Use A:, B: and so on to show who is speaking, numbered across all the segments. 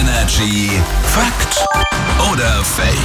A: Energy Fakt oder Fake?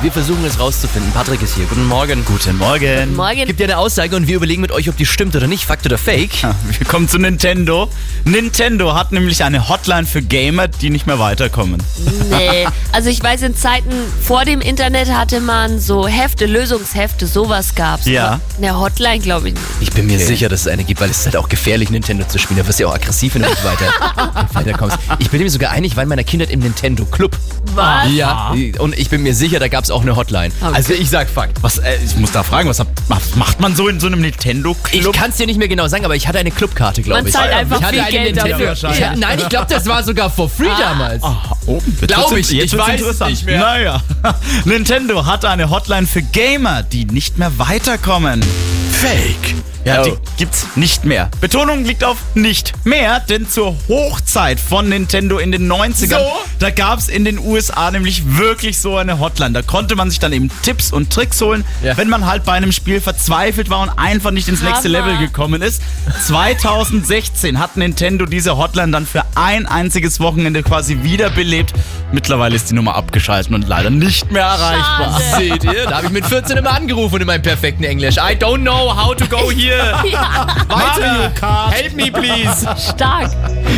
B: Wir versuchen es rauszufinden. Patrick ist hier. Guten Morgen.
C: Guten Morgen. Guten
D: Morgen.
B: Gibt dir eine Aussage und wir überlegen mit euch, ob die stimmt oder nicht. Fakt oder Fake?
C: Wir kommen zu Nintendo. Nintendo hat nämlich eine Hotline für Gamer, die nicht mehr weiterkommen.
D: Nee. Also ich weiß, in Zeiten vor dem Internet hatte man so Hefte, Lösungshefte, sowas gab's.
C: Ja.
D: Aber Eine Hotline, glaube ich nicht.
B: Ich bin mir sicher, dass es eine gibt, weil es ist halt auch gefährlich, Nintendo zu spielen. Da wirst du ja auch aggressiv, wenn du nicht weiter, weiterkommst. Ich bin mir sogar einig, ich war in meiner Kindheit im Nintendo Club.
D: Was?
B: Ja. Und ich bin mir sicher, da gab es auch eine Hotline.
D: Oh,
B: Also ich sag Fakt.
C: Was, äh, ich muss da fragen, was, hab- was macht man so in so einem
B: Ich
C: Nintendo-Club?
B: kann es dir nicht mehr genau sagen, aber ich hatte eine Clubkarte, glaube
D: Man
B: ich.
D: zahlt einfach
B: ich hatte
D: viel
B: eine
D: Geld
B: Nintendo.
D: dafür.
B: Ich hatte, nein, ich glaube, das war sogar for free damals.
C: Ah, oh, jetzt
B: Glaub
C: wird's-
B: ich,
C: jetzt
B: ich
C: wird's
B: weiß es
C: interessant.
B: nicht mehr.
C: Naja. Nintendo hat eine Hotline für Gamer, die nicht mehr weiterkommen.
A: Fake.
C: Ja,
B: Oh.
C: die gibt's nicht mehr. Betonung liegt auf nicht mehr, denn zur Hochzeit von Nintendo in den 90ern,
B: So?
C: da gab's in den USA nämlich wirklich so eine Hotline. Da konnte man sich dann eben Tipps und Tricks holen,
B: Ja.
C: wenn man halt bei einem Spiel verzweifelt war und einfach nicht ins nächste
D: Hammer.
C: Level gekommen ist. 2016 hat Nintendo diese Hotline dann für ein einziges Wochenende quasi wiederbelebt. Mittlerweile ist die Nummer abgeschaltet und leider nicht mehr erreichbar.
D: Schade.
B: Seht ihr? Da habe ich mit 14 immer angerufen und in meinem perfekten Englisch. I don't know how to go here.
D: Ja,
B: Weiter. Help me please.
D: stark.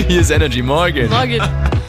B: Hier ist Energy Morgen.
D: Morgen.